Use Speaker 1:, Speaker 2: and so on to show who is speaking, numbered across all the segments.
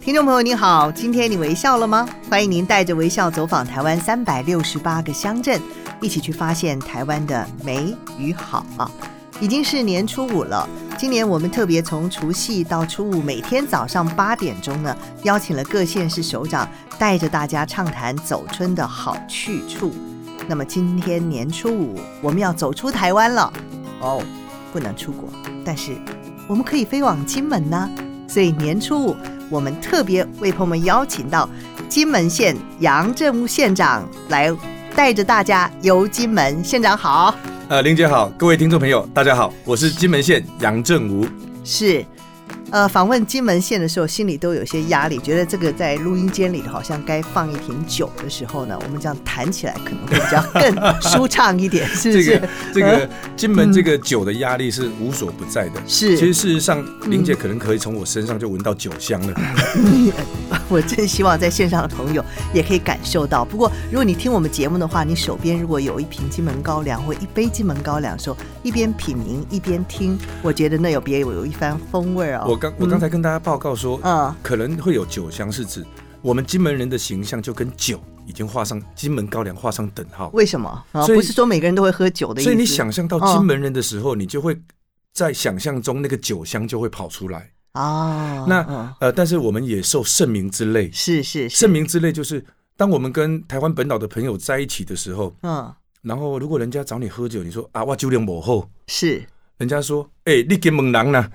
Speaker 1: 听众朋友您好，今天你微笑了吗？欢迎您带着微笑走访台湾三百六十八个乡镇，一起去发现台湾的美与好啊！已经是年初五了，今年我们特别从除夕到初五，每天早上八点钟呢，邀请了各县市首长，带着大家畅谈走春的好去处。那么今天年初五，我们要走出台湾了哦，不能出国，但是我们可以飞往金门呢、所以年初五，我们特别为朋友们邀请到金门县杨振武县长来带着大家游金门。县长好。
Speaker 2: 呃，林姐好，各位听众朋友，大家好，我是金门县杨振武。
Speaker 1: 是，呃，访问金门县的时候，心里都有些压力，觉得这个在录音间里头好像该放一瓶酒的时候呢，我们这样谈起来可能会比较更舒畅一点，是不
Speaker 2: 这
Speaker 1: 是？
Speaker 2: 个这
Speaker 1: 嗯
Speaker 2: 个金门这个酒的压力是无所不在的。
Speaker 1: 是
Speaker 2: 其实事实上，
Speaker 1: 嗯
Speaker 2: 林姐可能可以从我身上就闻到酒香了。
Speaker 1: 我真希望在线上的朋友也可以感受到。不过，如果你听我们节目的话，你手边如果有一瓶金门高粱或一杯金门高粱的时候，一边品茗一边听，我觉得那有别有有一番风味儿哦。
Speaker 2: 我刚我刚才跟大家报告说，
Speaker 1: 嗯
Speaker 2: 可能会有酒香，是指我们金门人的形象就跟酒已经画上金门高粱画上等号。
Speaker 1: 为什么啊？
Speaker 2: 所以
Speaker 1: 不是说每个人都会喝酒的意思。
Speaker 2: 所以你想象到金门人的时候，你就会在想象中那个酒香就会跑出来。
Speaker 1: 啊，
Speaker 2: 那、
Speaker 1: 嗯
Speaker 2: 呃，但是我们也受盛名之累，
Speaker 1: 是是是，
Speaker 2: 盛名之类就是，当我们跟台湾本岛的朋友在一起的时候，
Speaker 1: 嗯
Speaker 2: 然后如果人家找你喝酒，你说啊，我酒量不好，
Speaker 1: 是
Speaker 2: 人家说，哎、你给猛狼呢？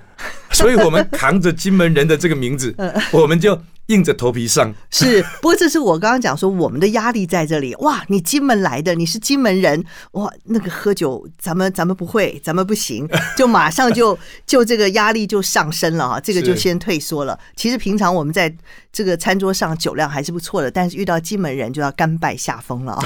Speaker 2: 所以我们扛着金门人的这个名字，我们就硬着头皮上。
Speaker 1: 是，不过这是我刚刚讲说我们的压力在这里。哇，你金门来的，你是金门人，哇，那个喝酒咱们咱们不会，咱们不行，就马上就就这个压力就上升了啊，这个就是先退缩了。其实平常我们在这个餐桌上酒量还是不错的，但是遇到金门人就要甘拜下风了啊。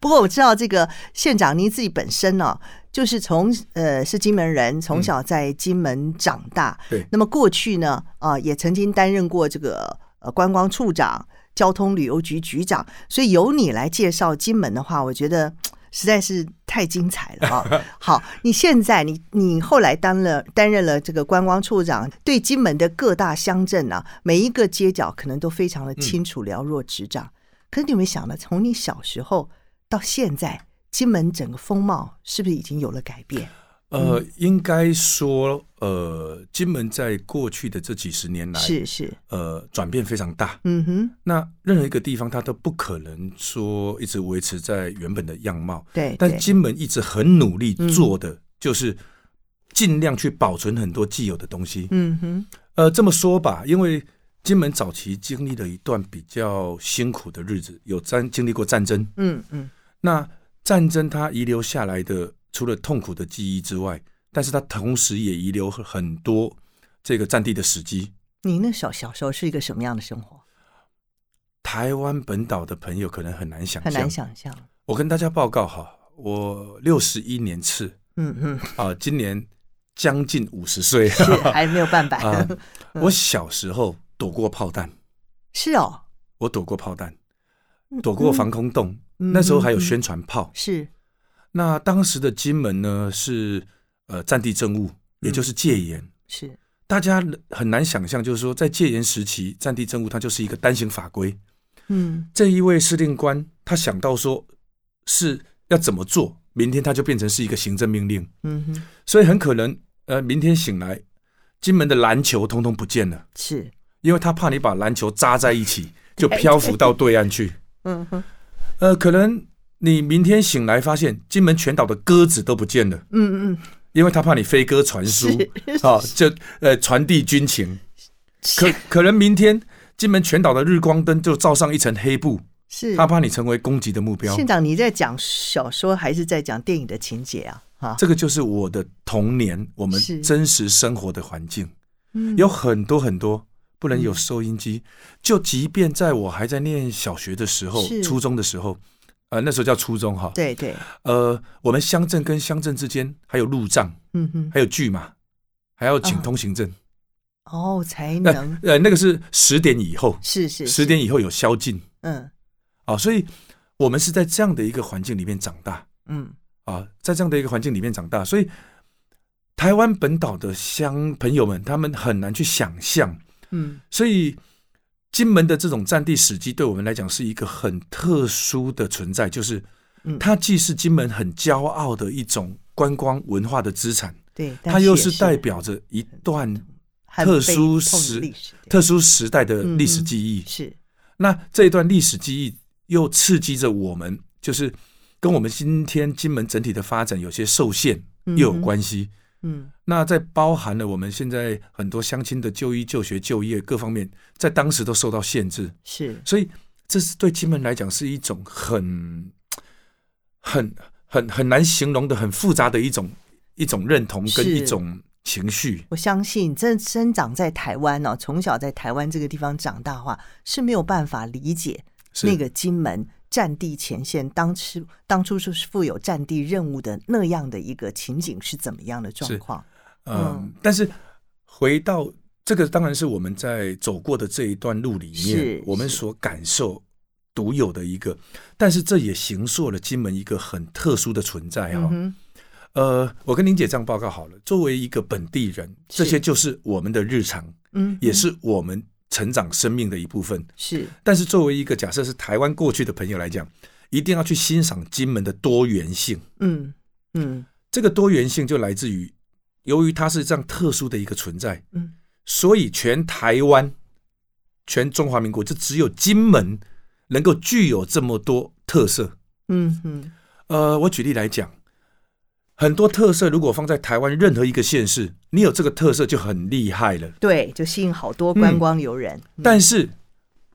Speaker 1: 不过我知道这个县长您自己本身呢、就是从呃是金门人，从小在金门长大。
Speaker 2: 对
Speaker 1: 那么过去呢，啊、也曾经担任过这个呃观光处长、交通旅游局局长，所以由你来介绍金门的话，我觉得。嘖实在是太精彩了 啊！好，你现在你你后来当了担任了这个观光处长，对金门的各大乡镇啊，每一个街角可能都非常的
Speaker 2: 嗯
Speaker 1: 清楚了若指掌。可是你有没有想到，从你小时候到现在，金门整个风貌是不是已经有了改变？
Speaker 2: 呃，应该说，呃，金门在过去的这几十年来，
Speaker 1: 是是，
Speaker 2: 呃，转变非常大。
Speaker 1: 嗯哼，
Speaker 2: 那任何一个地方，它都不可能说一直维持在原本的样貌。
Speaker 1: 对对
Speaker 2: 但金门一直很努力做的，就是尽量去保存很多既有的东西。
Speaker 1: 嗯哼，
Speaker 2: 呃，这么说吧，因为金门早期经历了一段比较辛苦的日子，有战经历过战争。
Speaker 1: 嗯嗯，
Speaker 2: 那战争它遗留下来的，除了痛苦的记忆之外，但是它同时也遗留很多这个战地的史迹。
Speaker 1: 你那小小时候是一个什么样的生活？
Speaker 2: 台湾本岛的朋友可能很难想
Speaker 1: 很
Speaker 2: 象
Speaker 1: 难。想象。
Speaker 2: 我跟大家报告哈，我六十一年次
Speaker 1: 嗯嗯，
Speaker 2: 啊、今年将近五十岁。
Speaker 1: 是还没有办法。
Speaker 2: 啊、我小时候躲过炮弹，
Speaker 1: 是哦，
Speaker 2: 我躲过炮弹，躲过防空洞。
Speaker 1: 嗯
Speaker 2: 那时候还有宣传炮。
Speaker 1: 是
Speaker 2: 那当时的金门呢是呃战地政务，也就是戒严。
Speaker 1: 是，
Speaker 2: 大家很难想象，就是说在戒严时期，战地政务它就是一个单行法规。
Speaker 1: 嗯
Speaker 2: 这一位司令官他想到说是要怎么做，明天他就变成是一个行政命令，
Speaker 1: 嗯哼，
Speaker 2: 所以很可能呃明天醒来，金门的篮球通通不见了，
Speaker 1: 是，
Speaker 2: 因为他怕你把篮球扎在一起，就漂浮到 对岸去。
Speaker 1: 嗯哼，
Speaker 2: 呃，可能你明天醒来发现金门全岛的鸽子都不见了，
Speaker 1: 嗯嗯，
Speaker 2: 因为他怕你飞鸽传书
Speaker 1: 是
Speaker 2: 啊，就呃传递军情。可
Speaker 1: 是
Speaker 2: 可能明天金门全岛的日光灯就罩上一层黑布，
Speaker 1: 是
Speaker 2: 他怕你成为攻击的目标
Speaker 1: 县。长，你在讲小说还是在讲电影的情节啊？哈，
Speaker 2: 这个就是我的童年，我们
Speaker 1: 是
Speaker 2: 真实生活的环境
Speaker 1: 嗯
Speaker 2: 有很多很多。不能有收音机，就即便在我还在念小学的时候
Speaker 1: 是、
Speaker 2: 初中的时候，呃，那时候叫初中哈，
Speaker 1: 对对，
Speaker 2: 呃，我们乡镇跟乡镇之间还有路障，
Speaker 1: 嗯哼，
Speaker 2: 还有拒马，还要请通行证。
Speaker 1: 嗯哦，才
Speaker 2: 那
Speaker 1: 能
Speaker 2: 呃，那个是十点以后，
Speaker 1: 是是
Speaker 2: 十
Speaker 1: 是，
Speaker 2: 点以后有宵禁
Speaker 1: 嗯
Speaker 2: 啊，所以我们是在这样的一个环境里面长大
Speaker 1: 嗯
Speaker 2: 啊，在这样的一个环境里面长大，所以台湾本岛的乡朋友们，他们很难去想象，
Speaker 1: 嗯
Speaker 2: 所以金门的这种战地史迹，对我们来讲是一个很特殊的存在，就是
Speaker 1: 嗯
Speaker 2: 它既是金门很骄傲的一种观光文化的资产，
Speaker 1: 对，但
Speaker 2: 它又
Speaker 1: 也
Speaker 2: 是代表着一段
Speaker 1: 很
Speaker 2: 特
Speaker 1: 悲
Speaker 2: 殊
Speaker 1: 痛的
Speaker 2: 时
Speaker 1: 历史，对
Speaker 2: 特殊时代的历
Speaker 1: 嗯
Speaker 2: 史记忆。
Speaker 1: 是
Speaker 2: 那这一段历史记忆又刺激着我们，就是跟我们今天金门整体的发展有些受限
Speaker 1: 嗯哼
Speaker 2: 又有关系。
Speaker 1: 嗯
Speaker 2: 那在包含了我们现在很多乡亲的就医、就学、就业各方面，在当时都受到限制，
Speaker 1: 是
Speaker 2: 所以这是对金门来讲是一种很、很、很很难形容的、很复杂的一种一种认同
Speaker 1: 是
Speaker 2: 跟一种情绪。
Speaker 1: 我相信，真生长在台湾哦，从小在台湾这个地方长大的话，是没有办法理解
Speaker 2: 是
Speaker 1: 那个金门战地前线当时当初是负有战地任务的那样的一个情景是怎么样的状
Speaker 2: 是
Speaker 1: 况。嗯
Speaker 2: 嗯，但是回到这个，当然是我们在走过的这一段路里
Speaker 1: 是
Speaker 2: 面，我们
Speaker 1: 是
Speaker 2: 所感受独有的一个，但是这也形塑了金门一个很特殊的存在哈、
Speaker 1: 嗯哼，
Speaker 2: 呃，我跟林姐这样报告好了，作为一个本地人，这
Speaker 1: 是
Speaker 2: 些就是我们的日常，
Speaker 1: 嗯哼，
Speaker 2: 也是我们成长生命的一部分。
Speaker 1: 是
Speaker 2: 但是作为一个假设是台湾过去的朋友来讲，一定要去欣赏金门的多元性。
Speaker 1: 嗯嗯
Speaker 2: 这个多元性就来自于，由于它是这样特殊的一个存在，
Speaker 1: 嗯，
Speaker 2: 所以全台湾、全中华民国就只有金门能够具有这么多特色。
Speaker 1: 嗯嗯
Speaker 2: 呃，我举例来讲，很多特色如果放在台湾任何一个县市，你有这个特色就很厉害了。
Speaker 1: 对，就吸引好多观
Speaker 2: 嗯
Speaker 1: 光游人。嗯
Speaker 2: 但是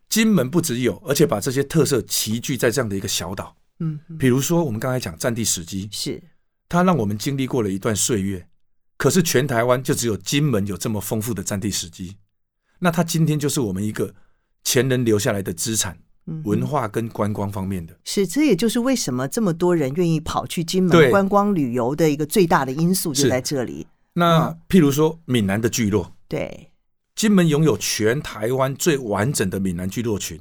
Speaker 2: 金门不只有，而且把这些特色齐聚在这样的一个小岛。
Speaker 1: 嗯嗯
Speaker 2: 比如说，我们刚才讲战地史迹，
Speaker 1: 是
Speaker 2: 它让我们经历过了一段岁月。可是全台湾就只有金门有这么丰富的战地史迹，那它今天就是我们一个前人留下来的资产，
Speaker 1: 嗯哼
Speaker 2: 文化跟观光方面的。
Speaker 1: 是，这也就是为什么这么多人愿意跑去金门
Speaker 2: 对
Speaker 1: 观光旅游的一个最大的因素就是在这里。
Speaker 2: 那
Speaker 1: 嗯
Speaker 2: 譬如说闽南的聚落，
Speaker 1: 对，
Speaker 2: 金门拥有全台湾最完整的闽南聚落群，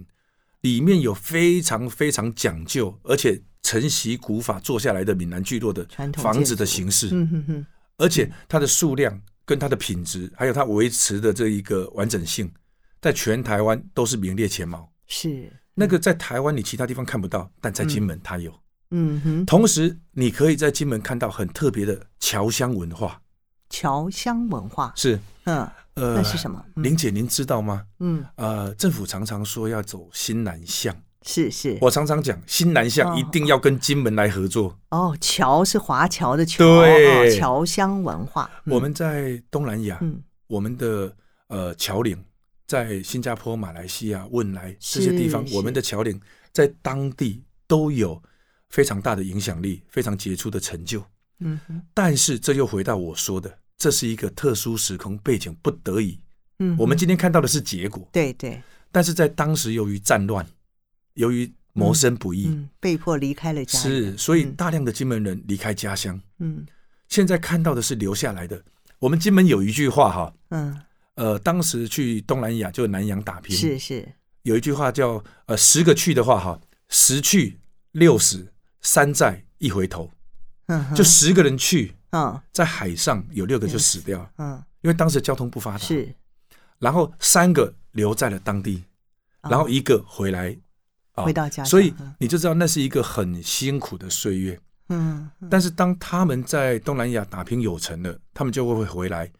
Speaker 2: 里面有非常非常讲究，而且承袭古法做下来的闽南聚落的
Speaker 1: 传统建筑
Speaker 2: 房子的形式，
Speaker 1: 嗯哼哼，
Speaker 2: 而且它的数量跟它的品质，还有它维持的这一个完整性，在全台湾都是名列前茅。
Speaker 1: 嗯是，
Speaker 2: 那个在台湾你其他地方看不到，但在金门它有。
Speaker 1: 嗯哼，
Speaker 2: 同时，你可以在金门看到很特别的侨乡文化，
Speaker 1: 侨乡文化，
Speaker 2: 是
Speaker 1: 嗯，
Speaker 2: 呃，
Speaker 1: 那是什么？嗯
Speaker 2: 玲姐，您知道吗？
Speaker 1: 嗯，
Speaker 2: 呃，政府常常说要走新南向，
Speaker 1: 是是，
Speaker 2: 我常常讲新南向
Speaker 1: 哦
Speaker 2: 一定要跟金门来合作。
Speaker 1: 哦，侨是华侨的侨，
Speaker 2: 对
Speaker 1: 哦侨乡文化。嗯
Speaker 2: 我们在东南亚，
Speaker 1: 嗯，
Speaker 2: 我们的呃侨领在新加坡、马来西亚、汶莱
Speaker 1: 是
Speaker 2: 这些地方，
Speaker 1: 是
Speaker 2: 我们的侨领在当地都有非常大的影响力，非常杰出的成就。
Speaker 1: 嗯哼，
Speaker 2: 但是这又回到我说的，这是一个特殊时空背景，不得已。
Speaker 1: 嗯哼，
Speaker 2: 我们今天看到的是结果，
Speaker 1: 对对，
Speaker 2: 但是在当时由于战乱，由于谋生不易，
Speaker 1: 嗯，被迫离开了家，
Speaker 2: 是，所以
Speaker 1: 嗯
Speaker 2: 大量的金门人离开家乡，
Speaker 1: 嗯
Speaker 2: 现在看到的是留下来的。我们金门有一句话哈，
Speaker 1: 嗯，
Speaker 2: 呃，当时去东南亚就南洋打拼，
Speaker 1: 是是，
Speaker 2: 有一句话叫呃，十个去的话哈，十去六死，三在一回头，
Speaker 1: 嗯哼，
Speaker 2: 就十个人去，
Speaker 1: 嗯
Speaker 2: 在海上有六个就死掉，
Speaker 1: 嗯
Speaker 2: 因为当时交通不发达，，
Speaker 1: 是，
Speaker 2: 然后三个留在了当地，
Speaker 1: 啊
Speaker 2: 然后一个回来，啊
Speaker 1: 回到家乡，
Speaker 2: 所以
Speaker 1: 嗯
Speaker 2: 你就知道那是一个很辛苦的岁月。
Speaker 1: 嗯嗯
Speaker 2: 但是当他们在东南亚打拼有成了，他们就会回来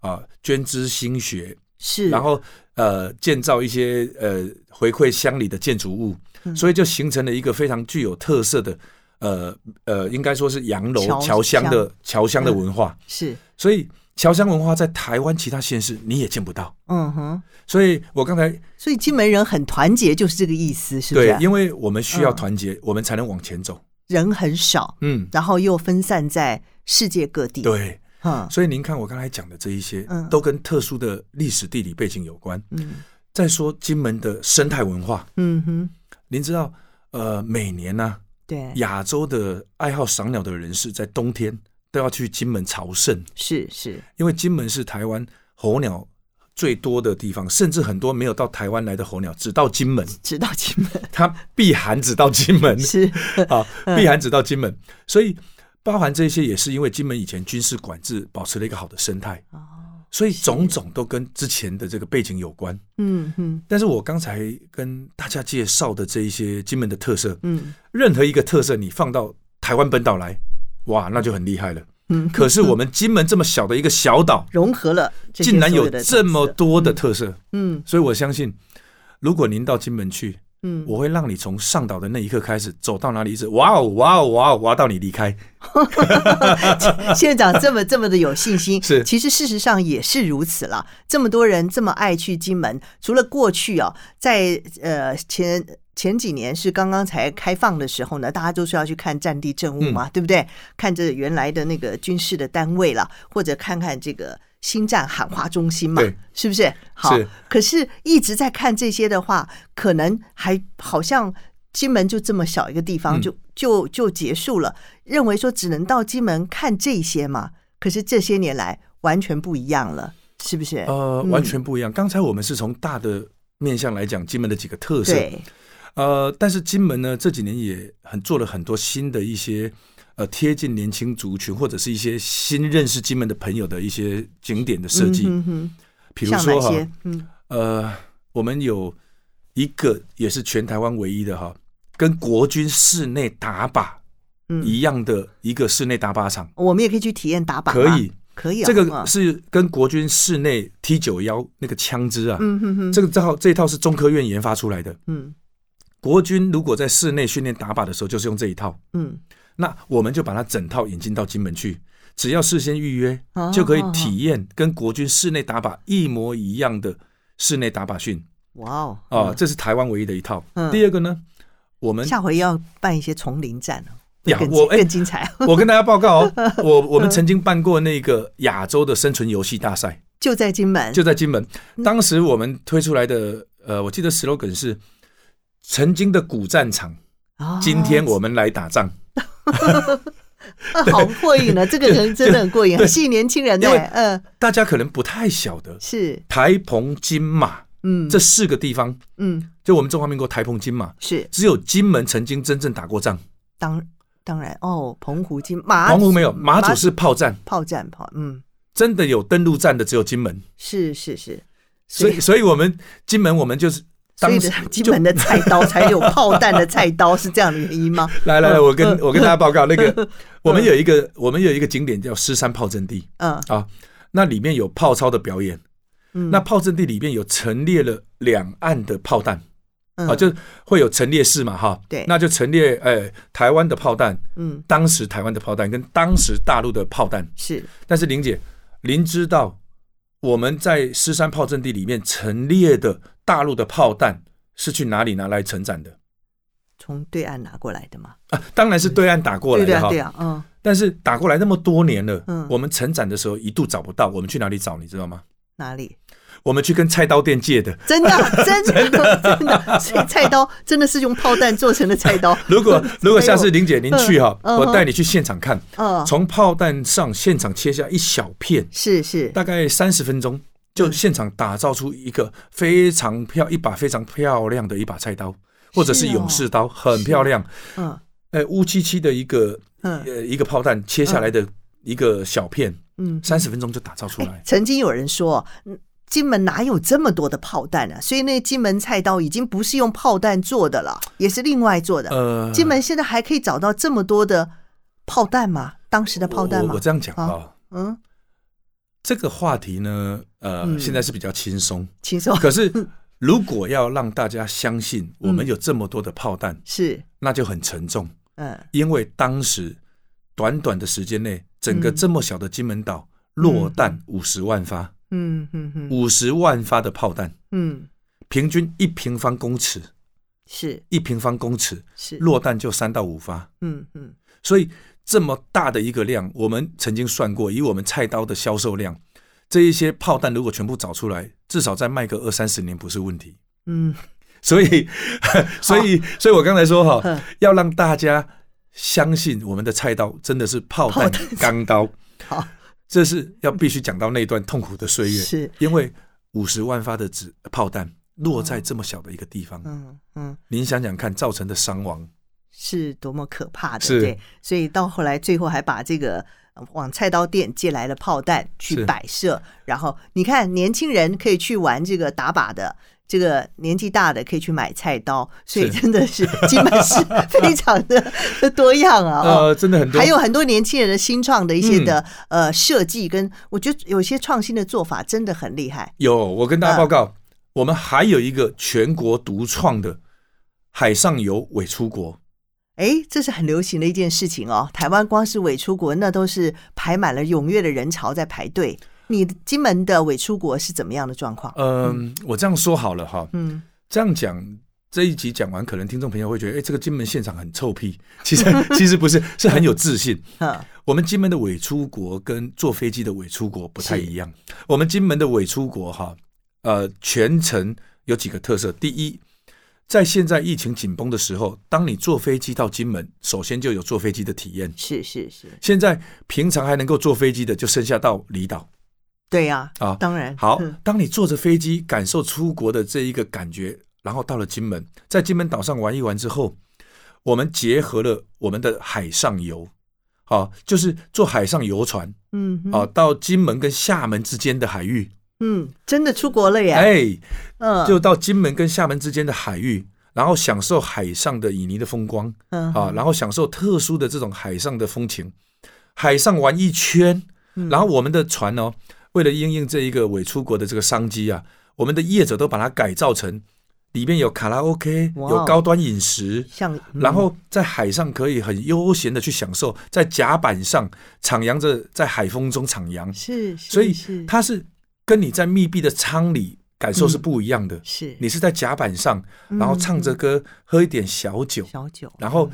Speaker 2: 啊、捐资兴学，
Speaker 1: 是，
Speaker 2: 然后呃建造一些呃回馈乡里的建筑物，
Speaker 1: 嗯
Speaker 2: 所以就形成了一个非常具有特色的呃呃，应该说是洋
Speaker 1: 侨嗯
Speaker 2: 楼侨乡的侨乡的文化。
Speaker 1: 是，
Speaker 2: 所以侨乡文化在台湾其他县市你也见不到。
Speaker 1: 嗯哼，
Speaker 2: 所以我刚才
Speaker 1: 所以金门人很团结，就是这个意思，是不是啊
Speaker 2: 对，？因为我们需要
Speaker 1: 嗯
Speaker 2: 团结，我们才能往前走。
Speaker 1: 人很少，
Speaker 2: 嗯，
Speaker 1: 然后又分散在世界各地，，
Speaker 2: 对。
Speaker 1: 嗯
Speaker 2: 所以您看我刚才讲的这一些
Speaker 1: 嗯，
Speaker 2: 都跟特殊的历史地理背景有关。
Speaker 1: 嗯
Speaker 2: 再说金门的生态文化，
Speaker 1: 嗯哼，
Speaker 2: 您知道，呃，每年呢、
Speaker 1: 对，
Speaker 2: 亚洲的爱好赏鸟的人士在冬天都要去金门朝圣，
Speaker 1: 是是，
Speaker 2: 因为金门是台湾候鸟最多的地方，甚至很多没有到台湾来的候鸟只到金门，
Speaker 1: 直到金门
Speaker 2: 它避寒只到金门
Speaker 1: 是，
Speaker 2: 啊，避寒只到金门，所以包含这些也是因为金门以前军事管制保持了一个好的生态，
Speaker 1: 哦，
Speaker 2: 所以种种都跟之前的这个背景有关。
Speaker 1: 嗯嗯
Speaker 2: 但是我刚才跟大家介绍的这一些金门的特色，
Speaker 1: 嗯
Speaker 2: 任何一个特色你放到台湾本岛来，哇，那就很厉害了。
Speaker 1: 嗯，
Speaker 2: 可是我们金门这么小的一个小岛，
Speaker 1: 融合了 这些
Speaker 2: 竟然
Speaker 1: 所
Speaker 2: 有
Speaker 1: 的特
Speaker 2: 这么
Speaker 1: 色，
Speaker 2: 多的特色，
Speaker 1: 嗯
Speaker 2: 所以我相信，如果您到金门去，
Speaker 1: 嗯，
Speaker 2: 我会让你从上岛的那一刻开始，走到哪里一直哇哦哇哦哇哦哇到你离开。
Speaker 1: 县长这么这么的有信心，
Speaker 2: 是
Speaker 1: 其实事实上也是如此了。这么多人这么爱去金门，除了过去哦，在呃前前几年是刚刚才开放的时候呢，大家都是要去看战地政务
Speaker 2: 嗯
Speaker 1: 嘛，对不对？看这原来的那个军事的单位啦，或者看看这个。星战喊话中心嘛
Speaker 2: 对，
Speaker 1: 是不是？好
Speaker 2: 是，
Speaker 1: 可是一直在看这些的话，可能还好像金门就这么小一个地方，
Speaker 2: 嗯
Speaker 1: 就就就结束了，认为说只能到金门看这些嘛。可是这些年来完全不一样了，是不是？
Speaker 2: 呃，
Speaker 1: 嗯
Speaker 2: 完全不一样。刚才我们是从大的面向来讲金门的几个特色，
Speaker 1: 对，
Speaker 2: 呃，但是金门呢这几年也很做了很多新的一些呃贴近年轻族群或者是一些新认识金门的朋友的一些景点的设计，
Speaker 1: 嗯哼
Speaker 2: 比
Speaker 1: 哼、
Speaker 2: 如
Speaker 1: 像哪
Speaker 2: 说哈，
Speaker 1: 些？嗯，
Speaker 2: 呃，我们有一个也是全台湾唯一的哈，跟国军室内打靶
Speaker 1: 嗯
Speaker 2: 一样的一个室内打靶场，
Speaker 1: 我们也可以去体验打靶，
Speaker 2: 可以，。
Speaker 1: 可以、啊，
Speaker 2: 这
Speaker 1: 嗯
Speaker 2: 个是跟国军室内 T 九幺那个枪支啊，
Speaker 1: 嗯哼哼，
Speaker 2: 这个这套这一套是中科院研发出来的。
Speaker 1: 嗯
Speaker 2: 国军如果在室内训练打靶的时候，就是用这一套。
Speaker 1: 嗯
Speaker 2: 那我们就把它整套引进到金门去，只要事先预约
Speaker 1: 哦，
Speaker 2: 就可以体验跟国军室内打靶一模一样的室内打靶训。
Speaker 1: 哇哦
Speaker 2: 啊，
Speaker 1: 嗯
Speaker 2: 这是台湾唯一的一套。
Speaker 1: 嗯
Speaker 2: 第二个呢，我们
Speaker 1: 下回要办一些丛林战哦，会
Speaker 2: 呀
Speaker 1: 更
Speaker 2: 我哎
Speaker 1: 更精彩，
Speaker 2: 我跟大家报告 哦，我我
Speaker 1: 嗯
Speaker 2: 们曾经办过那个亚洲的生存游戏大赛，
Speaker 1: 就在金门，
Speaker 2: 就在金门。
Speaker 1: 嗯
Speaker 2: 当时我们推出来的，呃，我记得 slogan 是“曾经的古战场，
Speaker 1: 哦
Speaker 2: 今天我们来打仗
Speaker 1: 啊 好过瘾啊！这个人真的很过瘾，很吸引年轻人呢
Speaker 2: 因为。
Speaker 1: 嗯，”。
Speaker 2: 大家可能不太晓得，
Speaker 1: 是，
Speaker 2: 台澎金马
Speaker 1: 嗯，
Speaker 2: 这四个地方，
Speaker 1: 嗯
Speaker 2: 就我们中华民国台澎金马，
Speaker 1: 是
Speaker 2: 只有金门曾经真正打过仗，
Speaker 1: 当当然哦，澎湖金马
Speaker 2: 澎湖没有，马祖是炮战，
Speaker 1: 炮战炮，嗯，
Speaker 2: 真的有登陆战的只有金门。
Speaker 1: 是是是，
Speaker 2: 所以，所以我们金门，我们就是
Speaker 1: 所
Speaker 2: 当
Speaker 1: 以
Speaker 2: 时
Speaker 1: 金门的菜 刀才有炮弹的菜刀，是这样的原因吗？
Speaker 2: 来来来，我跟
Speaker 1: 嗯
Speaker 2: 我跟大家报告，那个我们有一个我们有一个景点叫狮山炮阵地
Speaker 1: 嗯
Speaker 2: 啊，那里面有炮操的表演，
Speaker 1: 嗯，
Speaker 2: 那炮阵地里面有陈列了两岸的炮弹啊，
Speaker 1: 嗯
Speaker 2: 就会有陈列室嘛哈，
Speaker 1: 对
Speaker 2: 那就陈列呃台湾的炮弹，
Speaker 1: 嗯
Speaker 2: 当时台湾的炮弹跟当时大陆的炮弹，
Speaker 1: 是
Speaker 2: 但是林姐，您知道我们在狮山炮阵地里面陈列的大陆的炮弹是去哪里拿来承载的？
Speaker 1: 从对岸拿过来的嘛？
Speaker 2: 啊，当然是对岸打过来
Speaker 1: 对
Speaker 2: 的
Speaker 1: 啊
Speaker 2: 哈
Speaker 1: 对。啊，嗯，
Speaker 2: 但是打过来那么多年了，
Speaker 1: 嗯
Speaker 2: 我们成长的时候一度找不到，我们去哪里找？你知道吗？
Speaker 1: 哪里？
Speaker 2: 我们去跟菜刀店借的。
Speaker 1: 真的啊真 的 真的，所以菜刀真的是用炮弹做成的菜刀。
Speaker 2: 如果如果下次
Speaker 1: 没有
Speaker 2: 林姐您去哈，
Speaker 1: 嗯嗯
Speaker 2: 我带你去现场看，
Speaker 1: 嗯，
Speaker 2: 从炮弹上现场切下一小片，
Speaker 1: 是是，
Speaker 2: 大概三十分钟，
Speaker 1: 嗯
Speaker 2: 就现场打造出一个非常漂一把非常漂亮的一把菜刀，或者是
Speaker 1: 是哦
Speaker 2: 勇士刀，很漂亮。
Speaker 1: 嗯
Speaker 2: 呃，乌漆漆的一个
Speaker 1: 嗯
Speaker 2: 呃一个炮弹切下来的一个小片，
Speaker 1: 嗯。
Speaker 2: 三十分钟就打造出
Speaker 1: 哎
Speaker 2: 来。
Speaker 1: 曾经有人说，嗯金门哪有这么多的炮弹啊？所以那个金门菜刀已经不是用炮弹做的了，也是另外做的。
Speaker 2: 呃，
Speaker 1: 金门现在还可以找到这么多的炮弹吗？当时的炮弹
Speaker 2: 我
Speaker 1: 吗
Speaker 2: 我？这样讲啊。
Speaker 1: 嗯，
Speaker 2: 这个话题呢，呃，
Speaker 1: 嗯
Speaker 2: 现在是比较轻松。
Speaker 1: 请说。
Speaker 2: 可是，如果要让大家相信我
Speaker 1: 嗯
Speaker 2: 们有这么多的炮弹，
Speaker 1: 是，
Speaker 2: 那就很沉重，
Speaker 1: 嗯，
Speaker 2: 因为当时短短的时间内，整个
Speaker 1: 嗯
Speaker 2: 这么小的金门岛落弹五十万发，
Speaker 1: 嗯嗯嗯
Speaker 2: 五十万发的炮弹，
Speaker 1: 嗯，
Speaker 2: 平均一平方公尺，
Speaker 1: 是
Speaker 2: 一平方公尺
Speaker 1: 是，
Speaker 2: 落弹就三到五发，
Speaker 1: 嗯嗯
Speaker 2: 所以这么大的一个量，我们曾经算过，以我们菜刀的销售量，这一些炮弹如果全部找出来，至少再卖个二三十年不是问题。
Speaker 1: 嗯，
Speaker 2: 所以， 所以，所以我刚才说哈
Speaker 1: 嗯，
Speaker 2: 要让大家相信我们的菜刀真的是炮弹钢刀，
Speaker 1: 好，
Speaker 2: 这是要必须讲到那段痛苦的岁月，
Speaker 1: 嗯是，
Speaker 2: 因为五十万发的子呃炮弹落在这么小的一个地方，
Speaker 1: 嗯嗯
Speaker 2: 您想想看造成的伤亡
Speaker 1: 是多么可怕的，
Speaker 2: 是
Speaker 1: 对，所以到后来最后还把这个呃往菜刀店借来的炮弹去
Speaker 2: 是
Speaker 1: 摆设，然后你看年轻人可以去玩这个打靶的。这个年纪大的可以去买菜刀，所以
Speaker 2: 是
Speaker 1: 真的是金门 是非常的多样啊、哦！
Speaker 2: 呃，真的很多，嗯
Speaker 1: 还有很多年轻人的新创的一些的、呃设计跟，我觉得有些创新的做法真的很厉害。
Speaker 2: 有，我跟大家报告，
Speaker 1: 嗯
Speaker 2: 我们还有一个全国独创的海上游伪出国，
Speaker 1: 哎，这是很流行的一件事情哦。台湾光是伪出国，那都是排满了踊跃的人潮在排队。你金门的伪出国是怎么样的状况？
Speaker 2: 嗯，我这样说好了哈，
Speaker 1: 嗯，
Speaker 2: 这样讲。这一集讲完，可能听众朋友会觉得，哎，这个金门现场很臭屁。其实 其实不是，是很有自信。
Speaker 1: 嗯
Speaker 2: 我们金门的伪出国跟坐飞机的伪出国不太一样。我们金门的伪出国哈，呃，全程有几个特色。第一，在现在疫情紧绷的时候，当你坐飞机到金门，首先就有坐飞机的体验。
Speaker 1: 是是是，
Speaker 2: 现在平常还能够坐飞机的，就剩下到离岛
Speaker 1: 对呀、
Speaker 2: 啊。
Speaker 1: 当然
Speaker 2: 好
Speaker 1: 嗯，
Speaker 2: 当你坐着飞机感受出国的这一个感觉，然后到了金门，在金门岛上玩一玩之后，我们结合了我们的海上游，啊，就是坐海上游船
Speaker 1: 嗯嗯
Speaker 2: 啊，到金门跟厦门之间的海域，
Speaker 1: 嗯，真的出国了耶！
Speaker 2: 哎，
Speaker 1: 嗯，
Speaker 2: 就到金门跟厦门之间的海域，然后享受海上的旖旎的风光。
Speaker 1: 嗯
Speaker 2: 啊，然后享受特殊的这种海上的风情，海上玩一圈，
Speaker 1: 嗯
Speaker 2: 然后我们的船哦，为了应应这一个伪出国的这个商机啊，我们的业者都把它改造成里面有卡拉 OK，
Speaker 1: 哇哦嗯
Speaker 2: 有高端饮食。
Speaker 1: 像
Speaker 2: 然后在海上可以很悠闲的去享受，在甲板上徜徉着，在海风中徜徉，
Speaker 1: 是，是
Speaker 2: 所以
Speaker 1: 是嗯
Speaker 2: 它是跟你在密闭的舱里感受是不一样的。
Speaker 1: 是嗯
Speaker 2: 你是在甲板上，然后唱着歌，喝一点小酒，
Speaker 1: 小酒，
Speaker 2: 然后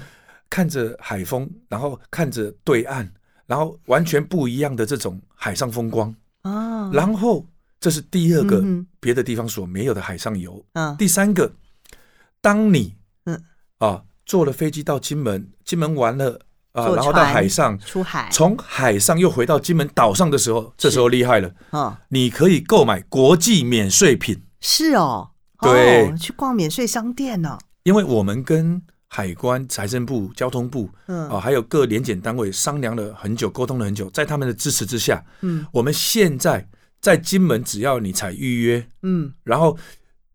Speaker 2: 看着海风，然后看着对岸，然后完全不一样的这种海上风光。
Speaker 1: 啊，
Speaker 2: 然后这是第二个
Speaker 1: 嗯哼
Speaker 2: 别的地方所没有的海上游。
Speaker 1: 嗯
Speaker 2: 第三个，当你
Speaker 1: 嗯
Speaker 2: 啊坐了飞机到金门，金门完了啊，
Speaker 1: 坐
Speaker 2: 然后到
Speaker 1: 船
Speaker 2: 海上，
Speaker 1: 出海，
Speaker 2: 从海上又回到金门岛上的时候，这时候厉害了，
Speaker 1: 嗯，
Speaker 2: 你可以购买国际免税品，
Speaker 1: 是哦，
Speaker 2: 对
Speaker 1: 哦，去逛免税商店呢、
Speaker 2: 因为我们跟海关、财政部、交通部
Speaker 1: 嗯
Speaker 2: 啊，还有各联检单位商量了很久，沟通了很久，在他们的支持之下，
Speaker 1: 嗯
Speaker 2: 我们现在在金门，只要你采预约，
Speaker 1: 嗯，
Speaker 2: 然后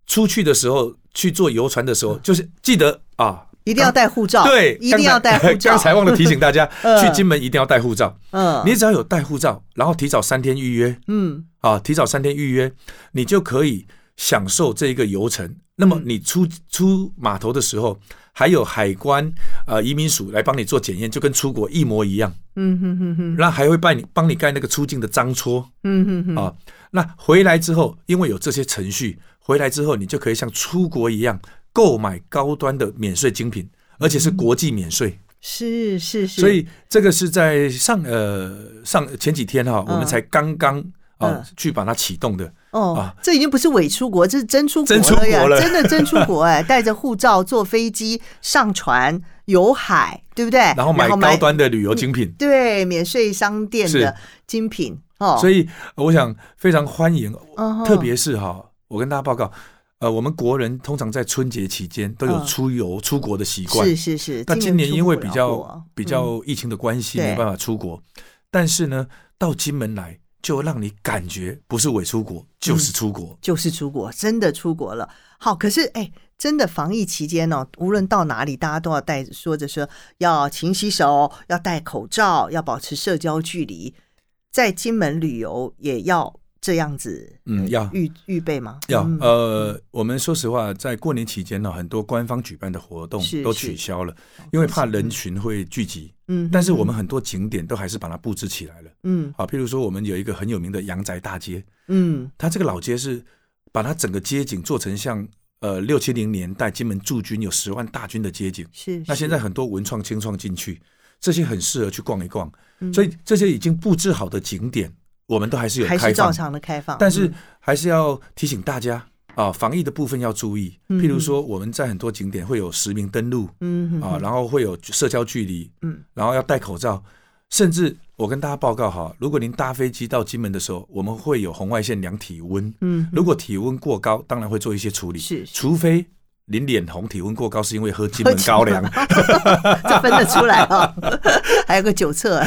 Speaker 2: 出去的时候去坐游船的时候，就是记得啊，
Speaker 1: 一定要带护照，
Speaker 2: 对，
Speaker 1: 嗯哦一定要带
Speaker 2: 刚才
Speaker 1: 护照。
Speaker 2: 刚才忘了提醒大家，
Speaker 1: 嗯
Speaker 2: 去金门一定要带护照。
Speaker 1: 嗯，
Speaker 2: 你只要有带护照，然后提早三天预约
Speaker 1: 嗯
Speaker 2: 啊，提早三天预约，你就可以享受这一个游程。那
Speaker 1: 嗯
Speaker 2: 么你出出码头的时候，还有海关呃移民署来帮你做检验，就跟出国一模一样。
Speaker 1: 嗯哼哼哼，
Speaker 2: 那还会帮你帮你盖那个出境的章戳
Speaker 1: 嗯哼哼，
Speaker 2: 啊。那回来之后，因为有这些程序，回来之后你就可以像出国一样购买高端的免税精品，而且是
Speaker 1: 嗯
Speaker 2: 国际免税。
Speaker 1: 是是是，
Speaker 2: 所以这个是在上呃上前几天哈、
Speaker 1: 嗯
Speaker 2: 我们才刚刚啊、
Speaker 1: 嗯
Speaker 2: 去把它启动的。
Speaker 1: 哦、
Speaker 2: 啊
Speaker 1: 这已经不是伪出国，这是真出国
Speaker 2: 真出
Speaker 1: 了呀，
Speaker 2: 国了
Speaker 1: 真的真出国哎，带着护照坐飞机、上船、游海，对不对？
Speaker 2: 然后买高端的旅游精品，
Speaker 1: 对免税商店的精品哦，
Speaker 2: 所
Speaker 1: 以
Speaker 2: 以呃我想非常欢迎，
Speaker 1: 嗯哼
Speaker 2: 特别是哈、我跟大家报告。呃，我们国人通常在春节期间都有
Speaker 1: 嗯
Speaker 2: 出游、出国的习惯，
Speaker 1: 是是是，
Speaker 2: 那今年
Speaker 1: 出不
Speaker 2: 因为
Speaker 1: 了
Speaker 2: 比较
Speaker 1: 国
Speaker 2: 比较疫情的关系，
Speaker 1: 对
Speaker 2: 没办法出国，但是呢，到金门来就让你感觉不是伪出国
Speaker 1: 嗯
Speaker 2: 就是出国。
Speaker 1: 就是出国，真的出国了。好，可是哎，真的防疫期间哦，无论到哪里，大家都要带说着说要勤洗手，要戴口罩，要保持社交距离。在金门旅游也要这样子，
Speaker 2: 嗯要
Speaker 1: 预预备吗？
Speaker 2: 要
Speaker 1: 嗯
Speaker 2: 呃，我们说实话，在过年期间呢，很多官方举办的活动
Speaker 1: 是
Speaker 2: 都
Speaker 1: 是
Speaker 2: 取消了，因为怕人群会聚集。
Speaker 1: 嗯
Speaker 2: 但是我们很多景点都还是把它布置起来了
Speaker 1: 嗯
Speaker 2: 啊，譬如说我们有一个很有名的阳宅大街，
Speaker 1: 嗯
Speaker 2: 它这个老街是把它整个街景做成像呃六七零年代金门驻军有十万大军的街景。
Speaker 1: 是。
Speaker 2: 那现
Speaker 1: 是
Speaker 2: 在很多文创、清创进去，这些很适合去逛一逛。
Speaker 1: 嗯
Speaker 2: 所以这些已经布置好的景点，我们都还是有
Speaker 1: 还
Speaker 2: 开
Speaker 1: 是照
Speaker 2: 放，
Speaker 1: 常的开放，
Speaker 2: 但是还是要提醒大家啊，防疫的部分要注意。
Speaker 1: 嗯
Speaker 2: 譬如说，我们在很多景点会有实名登录
Speaker 1: 嗯
Speaker 2: 啊，然后会有社交距离，
Speaker 1: 嗯，
Speaker 2: 然后要戴口罩，甚至我跟大家报告哈，如果您搭飞机到金门的时候，我们会有红外线量体温，
Speaker 1: 嗯
Speaker 2: 如果体温过高，当然会做一些处理，
Speaker 1: 是是
Speaker 2: 除非您脸红、体温过高，是因为喝金门高粱，
Speaker 1: 这分得出来哦。 还有个酒测，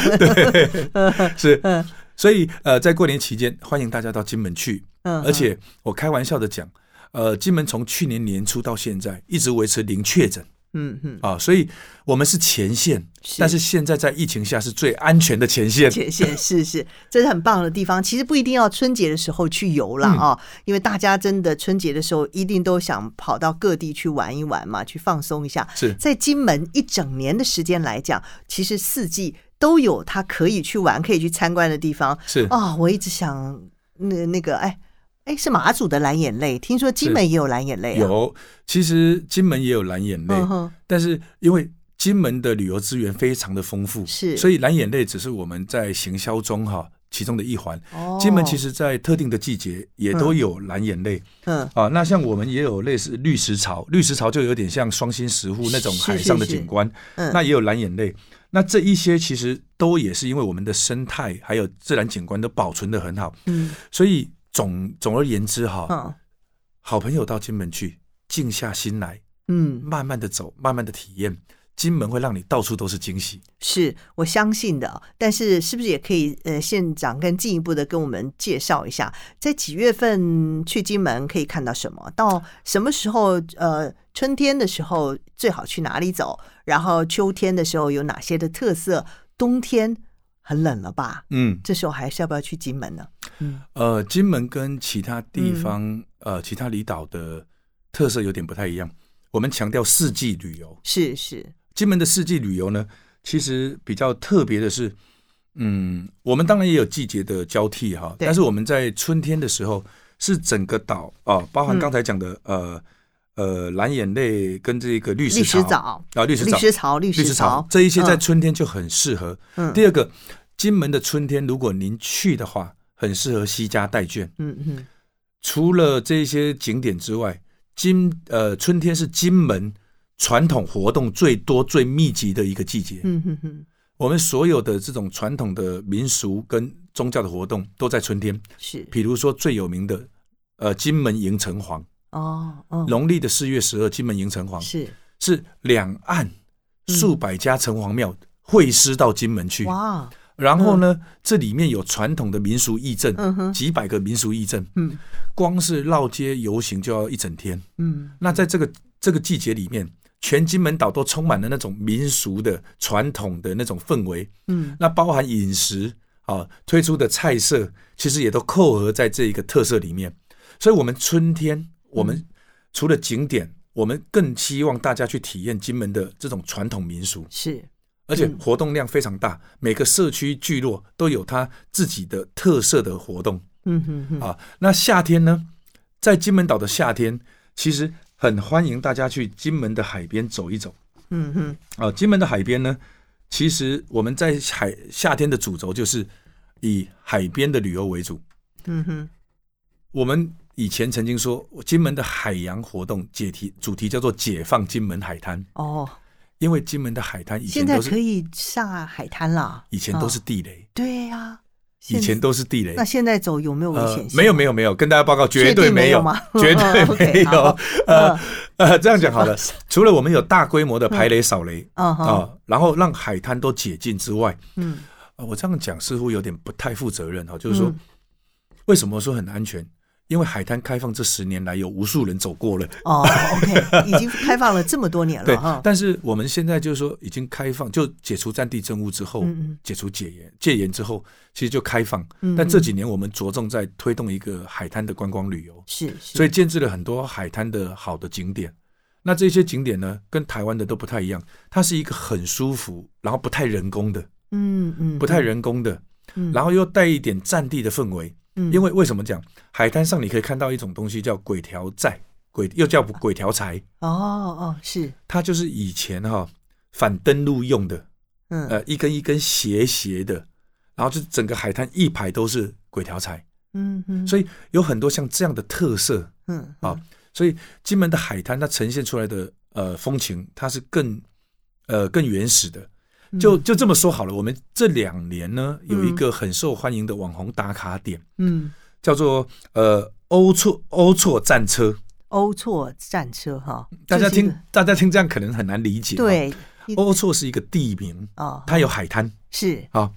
Speaker 2: 是。
Speaker 1: 嗯
Speaker 2: 所以呃，在过年期间，欢迎大家到金门去。
Speaker 1: 嗯
Speaker 2: 而且我开玩笑的讲，呃，金门从去年年初到现在一直维持零确诊
Speaker 1: 嗯嗯，
Speaker 2: 啊，所以我们是前线，
Speaker 1: 是
Speaker 2: 但是现在在疫情下是最安全的 前线。
Speaker 1: 谢谢，是是，这是很棒的地方。其实不一定要春节的时候去游啦，
Speaker 2: 嗯
Speaker 1: 哦，因为大家真的春节的时候一定都想跑到各地去玩一玩嘛，去放松一下。
Speaker 2: 是
Speaker 1: 在金门一整年的时间来讲，其实四季都有它可以去玩、可以去参观的地方。
Speaker 2: 是
Speaker 1: 啊、我一直想那那个哎。哎，是马祖的蓝眼泪，听说金
Speaker 2: 是
Speaker 1: 门也有蓝眼泪、啊，
Speaker 2: 有，其实金门也有蓝眼泪，
Speaker 1: 嗯哼，
Speaker 2: 但是因为金门的旅游资源非常的丰富，
Speaker 1: 是
Speaker 2: 所以蓝眼泪只是我们在行销中哈其中的一环。
Speaker 1: 哦
Speaker 2: 金门其实在特定的季节也都有蓝眼泪、
Speaker 1: 嗯，
Speaker 2: 啊，那像我们也有类似绿石潮，绿石潮就有点像双心石沪那种
Speaker 1: 是
Speaker 2: 海上的
Speaker 1: 是是
Speaker 2: 景观，
Speaker 1: 嗯
Speaker 2: 那也有蓝眼泪。那这一些其实都也是因为我们的生态还有自然景观都保存的很好，
Speaker 1: 嗯
Speaker 2: 所以总总而言之哈，
Speaker 1: 嗯
Speaker 2: 好朋友到金门去，静下心来，
Speaker 1: 嗯，
Speaker 2: 慢慢的走，慢慢的体验，金门会让你到处都是惊喜。
Speaker 1: 是我相信的，但是是不是也可以呃，县长更进一步的跟我们介绍一下，在几月份去金门可以看到什么？到什么时候呃，春天的时候最好去哪里走？然后秋天的时候有哪些的特色？冬天很冷了吧？
Speaker 2: 嗯，
Speaker 1: 这时候还是要不要去金门呢？嗯，
Speaker 2: 呃，金门跟其他地方、呃其他离岛的特色有点不太一样，我们强调四季旅游。
Speaker 1: 是是，
Speaker 2: 金门的四季旅游呢，其实比较特别的是，嗯，我们当然也有季节的交替哈，
Speaker 1: 对
Speaker 2: 但是我们在春天的时候是整个岛啊，包含刚才讲的、呃呃蓝眼泪跟这个绿
Speaker 1: 历
Speaker 2: 石
Speaker 1: 史
Speaker 2: 草
Speaker 1: 早，
Speaker 2: 啊绿石
Speaker 1: 历
Speaker 2: 藻
Speaker 1: 史潮，历
Speaker 2: 绿
Speaker 1: 史
Speaker 2: 石嗯潮这一些在春天就很适合。
Speaker 1: 嗯
Speaker 2: 第二个，金门的春天，如果您去的话，很适合西家带眷。
Speaker 1: 嗯嗯
Speaker 2: 除了这些景点之外，金呃春天是金门传统活动最多、最密集的一个季节。
Speaker 1: 嗯嗯嗯，
Speaker 2: 我们所有的这种传统的民俗跟宗教的活动都在春天，
Speaker 1: 是
Speaker 2: 比如说最有名的。呃，金门迎城隍，
Speaker 1: 哦哦，
Speaker 2: 农历的四月十二，金门迎城隍
Speaker 1: 是
Speaker 2: 是两岸数百家城隍庙会师到金门去。
Speaker 1: 哇，
Speaker 2: 然后呢，这里面有传统的民俗义阵，
Speaker 1: 嗯哼
Speaker 2: 几百个民俗义阵，
Speaker 1: 嗯
Speaker 2: 光是绕街游行就要一整天。
Speaker 1: 嗯
Speaker 2: 那在这个这个季节里面，全金门岛都充满了那种民俗的传统的那种氛围，
Speaker 1: 嗯。
Speaker 2: 那包含饮食啊推出的菜色，其实也都扣合在这一个特色里面。所以，我们春天，我们除了景点，我们更希望大家去体验金门的这种传统民俗。
Speaker 1: 是，
Speaker 2: 而且活动量非常大，每个社区聚落都有它自己的特色的活动
Speaker 1: 嗯哼哼，
Speaker 2: 啊。那夏天呢，在金门岛的夏天，其实很欢迎大家去金门的海边走一走
Speaker 1: 嗯哼，
Speaker 2: 啊。金门的海边呢，其实我们在海夏天的主轴就是以海边的旅游为主。
Speaker 1: 嗯哼，
Speaker 2: 我们以前曾经说，金门的海洋活动解题主题叫做“解放金门海滩
Speaker 1: 哦，”，
Speaker 2: 因为金门的海滩以前
Speaker 1: 现在
Speaker 2: 都
Speaker 1: 可
Speaker 2: 是
Speaker 1: 以上海滩了。
Speaker 2: 以前都是地雷。
Speaker 1: 对呀，
Speaker 2: 啊以
Speaker 1: 现
Speaker 2: 前都是地雷，呃
Speaker 1: 那现在走有没有危险性？
Speaker 2: 没有没有没有，跟大家报告，绝
Speaker 1: 确
Speaker 2: 对
Speaker 1: 定没
Speaker 2: 没
Speaker 1: 有
Speaker 2: 有
Speaker 1: 吗哦
Speaker 2: 绝对没
Speaker 1: OK，
Speaker 2: 有
Speaker 1: 好。
Speaker 2: 呃
Speaker 1: 嗯
Speaker 2: 呃， 这样讲好了，除了我们有大规模的排雷扫雷
Speaker 1: 嗯
Speaker 2: 啊、
Speaker 1: 哼，
Speaker 2: 然后让海滩都解禁之外，
Speaker 1: 嗯
Speaker 2: 呃我这样讲似乎有点不太负责任哈、就是说
Speaker 1: 嗯，
Speaker 2: 为什么说很安全？因为海滩开放这十年来，有无数人走过了，
Speaker 1: 哦 ，OK，已经开放了这么多年
Speaker 2: 对
Speaker 1: 了哈。
Speaker 2: 但是我们现在就是说，已经开放，就解除战地政务之后，
Speaker 1: 嗯嗯
Speaker 2: 解除戒严，戒严之后，其实就开放。
Speaker 1: 嗯
Speaker 2: 但这几年我们着重在推动一个海滩的观光旅游，
Speaker 1: 是，
Speaker 2: 所以
Speaker 1: 以
Speaker 2: 建制了很多海滩的好的景点。那这些景点呢，跟台湾的都不太一样，它是一个很舒服，然后不太人工的，
Speaker 1: 嗯嗯，
Speaker 2: 不太人工的，
Speaker 1: 嗯，
Speaker 2: 然后又带一点战地的氛围。
Speaker 1: 嗯
Speaker 2: 因为为什么讲海滩上你可以看到一种东西叫鬼条寨，鬼又叫鬼条柴，
Speaker 1: 哦哦是，
Speaker 2: 它就是以前哈、反登陆用的，
Speaker 1: 嗯
Speaker 2: 呃，一根一根斜斜的，然后就整个海滩一排都是鬼条柴，
Speaker 1: 嗯嗯，
Speaker 2: 所
Speaker 1: 以
Speaker 2: 以有很多像这样的特色。
Speaker 1: 嗯
Speaker 2: 啊所以金门的海滩它呈现出来的呃风情，它是更呃更原始的。
Speaker 1: 嗯
Speaker 2: 就就这么说好了，我们这两年呢有一个很受欢迎的网红打卡点，
Speaker 1: 嗯
Speaker 2: 叫做呃欧错欧错战车
Speaker 1: 欧错战车哈，
Speaker 2: 大家
Speaker 1: 哦这是一个
Speaker 2: 听，大家听这样可能很难理解。，啊
Speaker 1: 对
Speaker 2: 欧措是一个地名，
Speaker 1: 哦，
Speaker 2: 它有海滩
Speaker 1: 是
Speaker 2: 啊。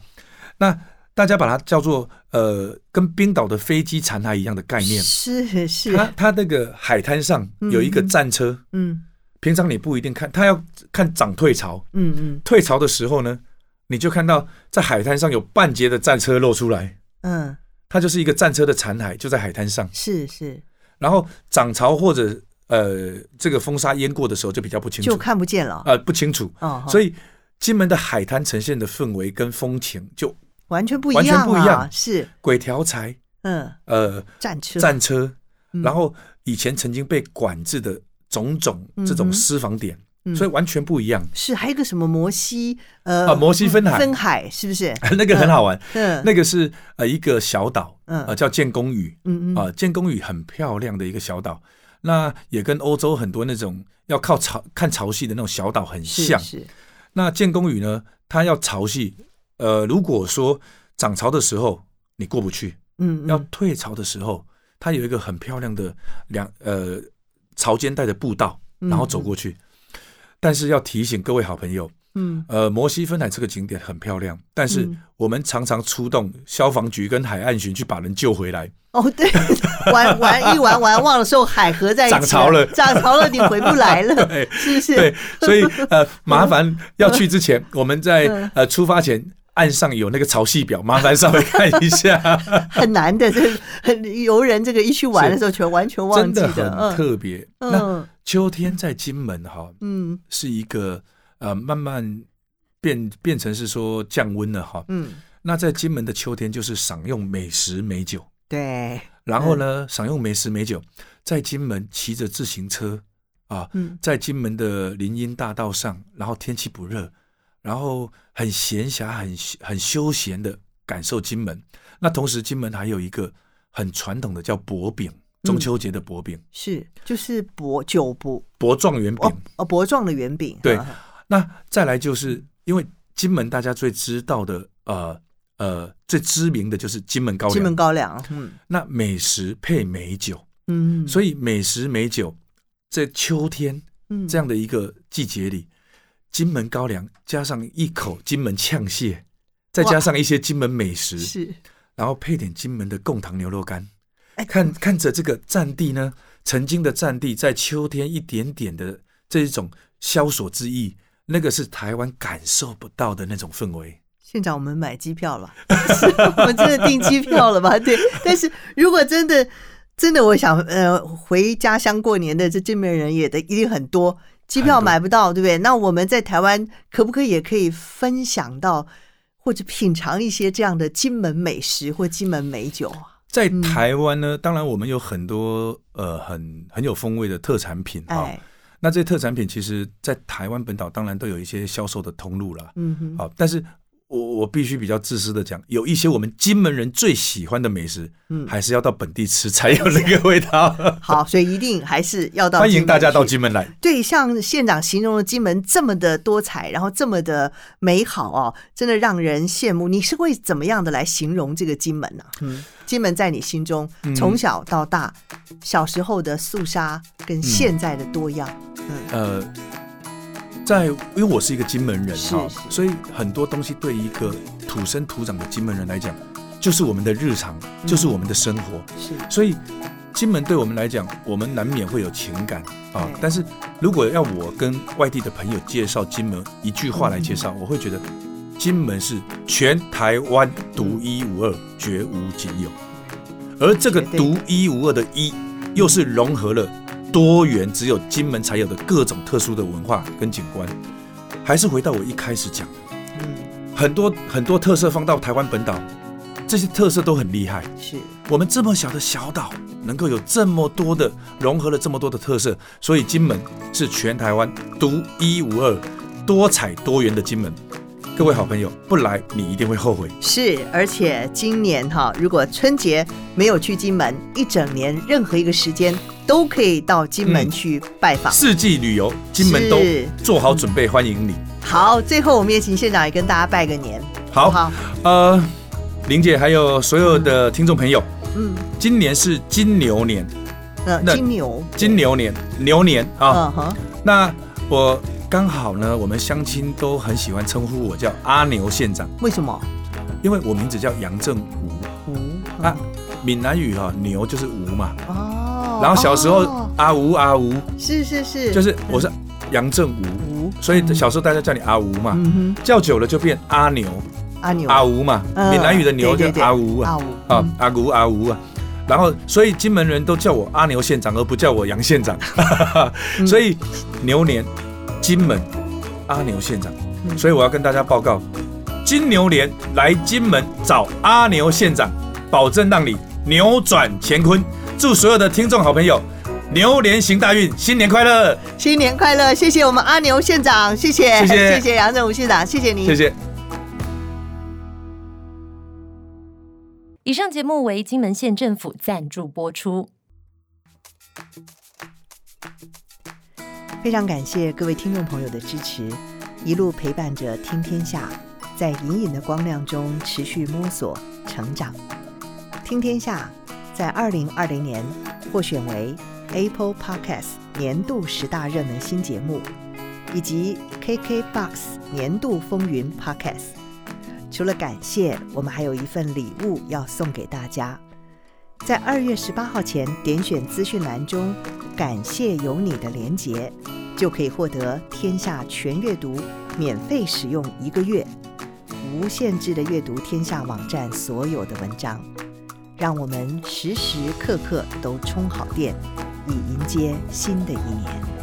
Speaker 2: 那大家把它叫做呃，跟冰岛的飞机残骸一样的概念。
Speaker 1: 是是，
Speaker 2: 它它那个海滩上有一个战车，
Speaker 1: 嗯
Speaker 2: 平常你不一定看，它要看涨退潮。
Speaker 1: 嗯嗯
Speaker 2: 退潮的时候呢，你就看到在海滩上有半截的战车露出来，
Speaker 1: 嗯，
Speaker 2: 它就是一个战车的残骸，就在海滩上。
Speaker 1: 是是，
Speaker 2: 然后涨潮或者呃这个风沙淹过的时候就比较不清
Speaker 1: 就
Speaker 2: 楚，
Speaker 1: 看不见了
Speaker 2: 呃不清楚。
Speaker 1: 哦，
Speaker 2: 所
Speaker 1: 以
Speaker 2: 以金门的海滩呈现的氛围跟风情就
Speaker 1: 完全不一
Speaker 2: 完全
Speaker 1: 样
Speaker 2: 不一
Speaker 1: 啊，
Speaker 2: 样
Speaker 1: 是
Speaker 2: 鬼条柴、
Speaker 1: 嗯，
Speaker 2: 呃
Speaker 1: 战车
Speaker 2: 战车，
Speaker 1: 嗯
Speaker 2: 然后以前曾经被管制的种种这
Speaker 1: 嗯
Speaker 2: 种
Speaker 1: 哼
Speaker 2: 私房点，
Speaker 1: 嗯
Speaker 2: 所以完全不一样。
Speaker 1: 是还有一个什么摩西呃
Speaker 2: 啊摩西分海
Speaker 1: 分海是不 是？
Speaker 2: 那个很好玩，
Speaker 1: 嗯
Speaker 2: 那个是呃一个小岛，
Speaker 1: 嗯
Speaker 2: 呃叫建功屿，
Speaker 1: 嗯嗯
Speaker 2: 啊，建功屿很漂亮的一个小岛，那也跟欧洲很多那种要靠潮看潮汐的那种小岛很
Speaker 1: 是
Speaker 2: 像。
Speaker 1: 是
Speaker 2: 那建功屿呢，它要潮汐，呃，如果说涨潮的时候你过不去，
Speaker 1: 嗯
Speaker 2: 要
Speaker 1: 嗯
Speaker 2: 退潮的时候，它有一个很漂亮的两呃潮间带的步道，然后走过去。但是要提醒各位好朋友，
Speaker 1: 嗯
Speaker 2: 呃，摩西分海这个景点很漂亮，但是
Speaker 1: 嗯
Speaker 2: 我们常常出动消防局跟海岸巡去把人救回来。
Speaker 1: 哦对，玩玩一玩玩忘了时候海合在一起
Speaker 2: 涨潮了
Speaker 1: 涨潮了你回不来了，
Speaker 2: 对
Speaker 1: 是不是？
Speaker 2: 对， 所以呃，麻烦要去之前，我们在
Speaker 1: 嗯
Speaker 2: 呃出发前岸上有那个潮汐表，麻烦稍微看一下，
Speaker 1: 很难的，这 很游人这个一去玩的时候全完全 忘
Speaker 2: 真
Speaker 1: 记
Speaker 2: 的
Speaker 1: 嗯
Speaker 2: 很特别。那
Speaker 1: 嗯
Speaker 2: 秋天在金门哈，
Speaker 1: 嗯
Speaker 2: 是一个呃慢慢变变成是说降温了哈。
Speaker 1: 嗯，
Speaker 2: 那在金门的秋天就是赏用美食美酒，
Speaker 1: 对，
Speaker 2: 然后
Speaker 1: 嗯
Speaker 2: 呢，赏用美食美酒，在金门骑着自行车啊，
Speaker 1: 嗯
Speaker 2: 在金门的林荫大道上，然后天气不热，然后很闲暇、很很休闲的感受金门。那同时，金门还有一个很传统的叫薄饼，中秋节的薄饼，
Speaker 1: 是就是薄酒薄
Speaker 2: 薄状元饼。
Speaker 1: 哦哦薄状的圆饼，
Speaker 2: 对
Speaker 1: 啊
Speaker 2: 那再来就是因为金门大家最知道的，呃呃，最知名的就是金门高
Speaker 1: 金门
Speaker 2: 粱。
Speaker 1: 高粱，嗯
Speaker 2: 那美食配美酒，
Speaker 1: 嗯，
Speaker 2: 所以美食美酒在秋天
Speaker 1: 以
Speaker 2: 这样的一个季节里，金门高粱加上一口金门呛蟹，再加上一些金门美食，
Speaker 1: 是
Speaker 2: 然后配点金门的贡糖牛肉干
Speaker 1: 哎。
Speaker 2: 看看着这个战地呢，曾经的战地在秋天一点点的这一种萧索之意，那个是台湾感受不到的那种氛围。
Speaker 1: 县长，我们买机票了， 是我们真的订机票了吧？对，但是如果真的真的，我想呃，回家乡过年的这这边人也得一定很多，机票
Speaker 2: 很多
Speaker 1: 买不到，对不对？那我们在台湾可不可以也可以分享到或者品尝一些这样的金门美食或金门美酒啊？
Speaker 2: 在台湾呢，当然我们有很多呃很很有风味的特产品啊、
Speaker 1: 哎，
Speaker 2: 那这些特产品其实，在台湾本岛当然都有一些销售的通路了。
Speaker 1: 嗯哼，
Speaker 2: 好，但是我我必须比较自私的讲，有一些我们金门人最喜欢的美食，
Speaker 1: 嗯
Speaker 2: 还是要到本地吃才有那个味道。
Speaker 1: 好，所以一定还是要到
Speaker 2: 欢
Speaker 1: 金
Speaker 2: 迎
Speaker 1: 门
Speaker 2: 大家到
Speaker 1: 去
Speaker 2: 金门来，
Speaker 1: 对，像县长形容的金门这么的多彩，然后这么的美好哦，真的让人羡慕。你是会怎么样的来形容这个金门呢、嗯，金门在你心中从小到大，小时候的肃杀跟现在的多样，嗯
Speaker 2: 呃。在，因为我是一个金门人
Speaker 1: 是
Speaker 2: 哈
Speaker 1: 是，
Speaker 2: 所以很多东西对一个土生土长的金门人来讲，就是我们的日常，就是
Speaker 1: 嗯
Speaker 2: 我们的生活。
Speaker 1: 是
Speaker 2: 所以金门对我们来讲，我们难免会有情感啊
Speaker 1: 对。
Speaker 2: 但是如果要我跟外地的朋友介绍金门，一句话来介绍，我会觉得金门是全台湾独一无二、绝无仅有。而这个
Speaker 1: 嗯绝对
Speaker 2: 独一无二的“一”，又是融合了多元，只有金门才有的各种特殊的文化跟景观。还是回到我一开始讲的，
Speaker 1: 嗯
Speaker 2: 很多很多特色放到台湾本岛，这些特色都很厉害。
Speaker 1: 是
Speaker 2: 我们这么小的小岛，能够有这么多的融合了这么多的特色，所以金门是全台湾独一无二、多彩多元的金门。各位好朋友，不来你一定会后悔。
Speaker 1: 是，而且今年哈、如果春节没有去金门，一整年任何一个时间都可以到金门
Speaker 2: 嗯
Speaker 1: 去拜访。
Speaker 2: 四季旅游，金门都
Speaker 1: 是
Speaker 2: 做好准备欢迎你。
Speaker 1: 好，最后我们也请县长也跟大家拜个年，好不
Speaker 2: 好，
Speaker 1: 好？
Speaker 2: 呃，林姐还有所有的听众朋友，
Speaker 1: 嗯。
Speaker 2: 今年是金牛年，
Speaker 1: 呃，
Speaker 2: 那
Speaker 1: 金牛，
Speaker 2: 金牛年牛年啊，
Speaker 1: 嗯哼，
Speaker 2: 那我刚好呢，我们乡亲都很喜欢称呼我叫阿牛县长，
Speaker 1: 为什么？
Speaker 2: 因为我名字叫杨正吴，
Speaker 1: 吴
Speaker 2: 啊闽南语哈、牛就是吴嘛，
Speaker 1: 哦，
Speaker 2: 然后小时候、
Speaker 1: 哦
Speaker 2: 阿吴阿吴，
Speaker 1: 是是是，
Speaker 2: 就是我是杨正吴，
Speaker 1: 吴，
Speaker 2: 所以小时候大家叫你阿吴嘛，
Speaker 1: 嗯
Speaker 2: 叫久了就变阿牛
Speaker 1: 哼，阿牛，
Speaker 2: 阿吴嘛，
Speaker 1: 嗯
Speaker 2: 闽南语的牛
Speaker 1: 对对
Speaker 2: 叫
Speaker 1: 对
Speaker 2: 阿吴啊
Speaker 1: 阿吴
Speaker 2: 啊，阿吴阿吴啊。然后，所以金门人都叫我阿牛县长，而不叫我杨县长。
Speaker 1: 嗯
Speaker 2: 所以牛年金门阿牛县长，
Speaker 1: 嗯
Speaker 2: 所以我要跟大家报告，金牛年来金门找阿牛县长，保证让你扭转乾坤。祝所有的听众好朋友牛年行大运，新年快乐！
Speaker 1: 新年快乐！谢谢我们阿牛县长，谢谢
Speaker 2: 谢谢
Speaker 1: 谢谢杨振武县长，谢谢您，
Speaker 2: 谢谢。
Speaker 3: 以上节目为金门县政府赞助播出。
Speaker 1: 非常感谢各位听众朋友的支持，一路陪伴着听天下，在隐隐的光亮中持续摸索成长。听天下在二零二零年获选为 Apple Podcast 年度十大热门新节目，以及 KKBox 年度风云 Podcast。除了感谢，我们还有一份礼物要送给大家。在二月十八号前点选资讯栏中“感谢有你”的连结，就可以获得《天下全阅读》免费使用一个月，无限制的阅读天下网站所有的文章，让我们时时刻刻都充好电，以迎接新的一年。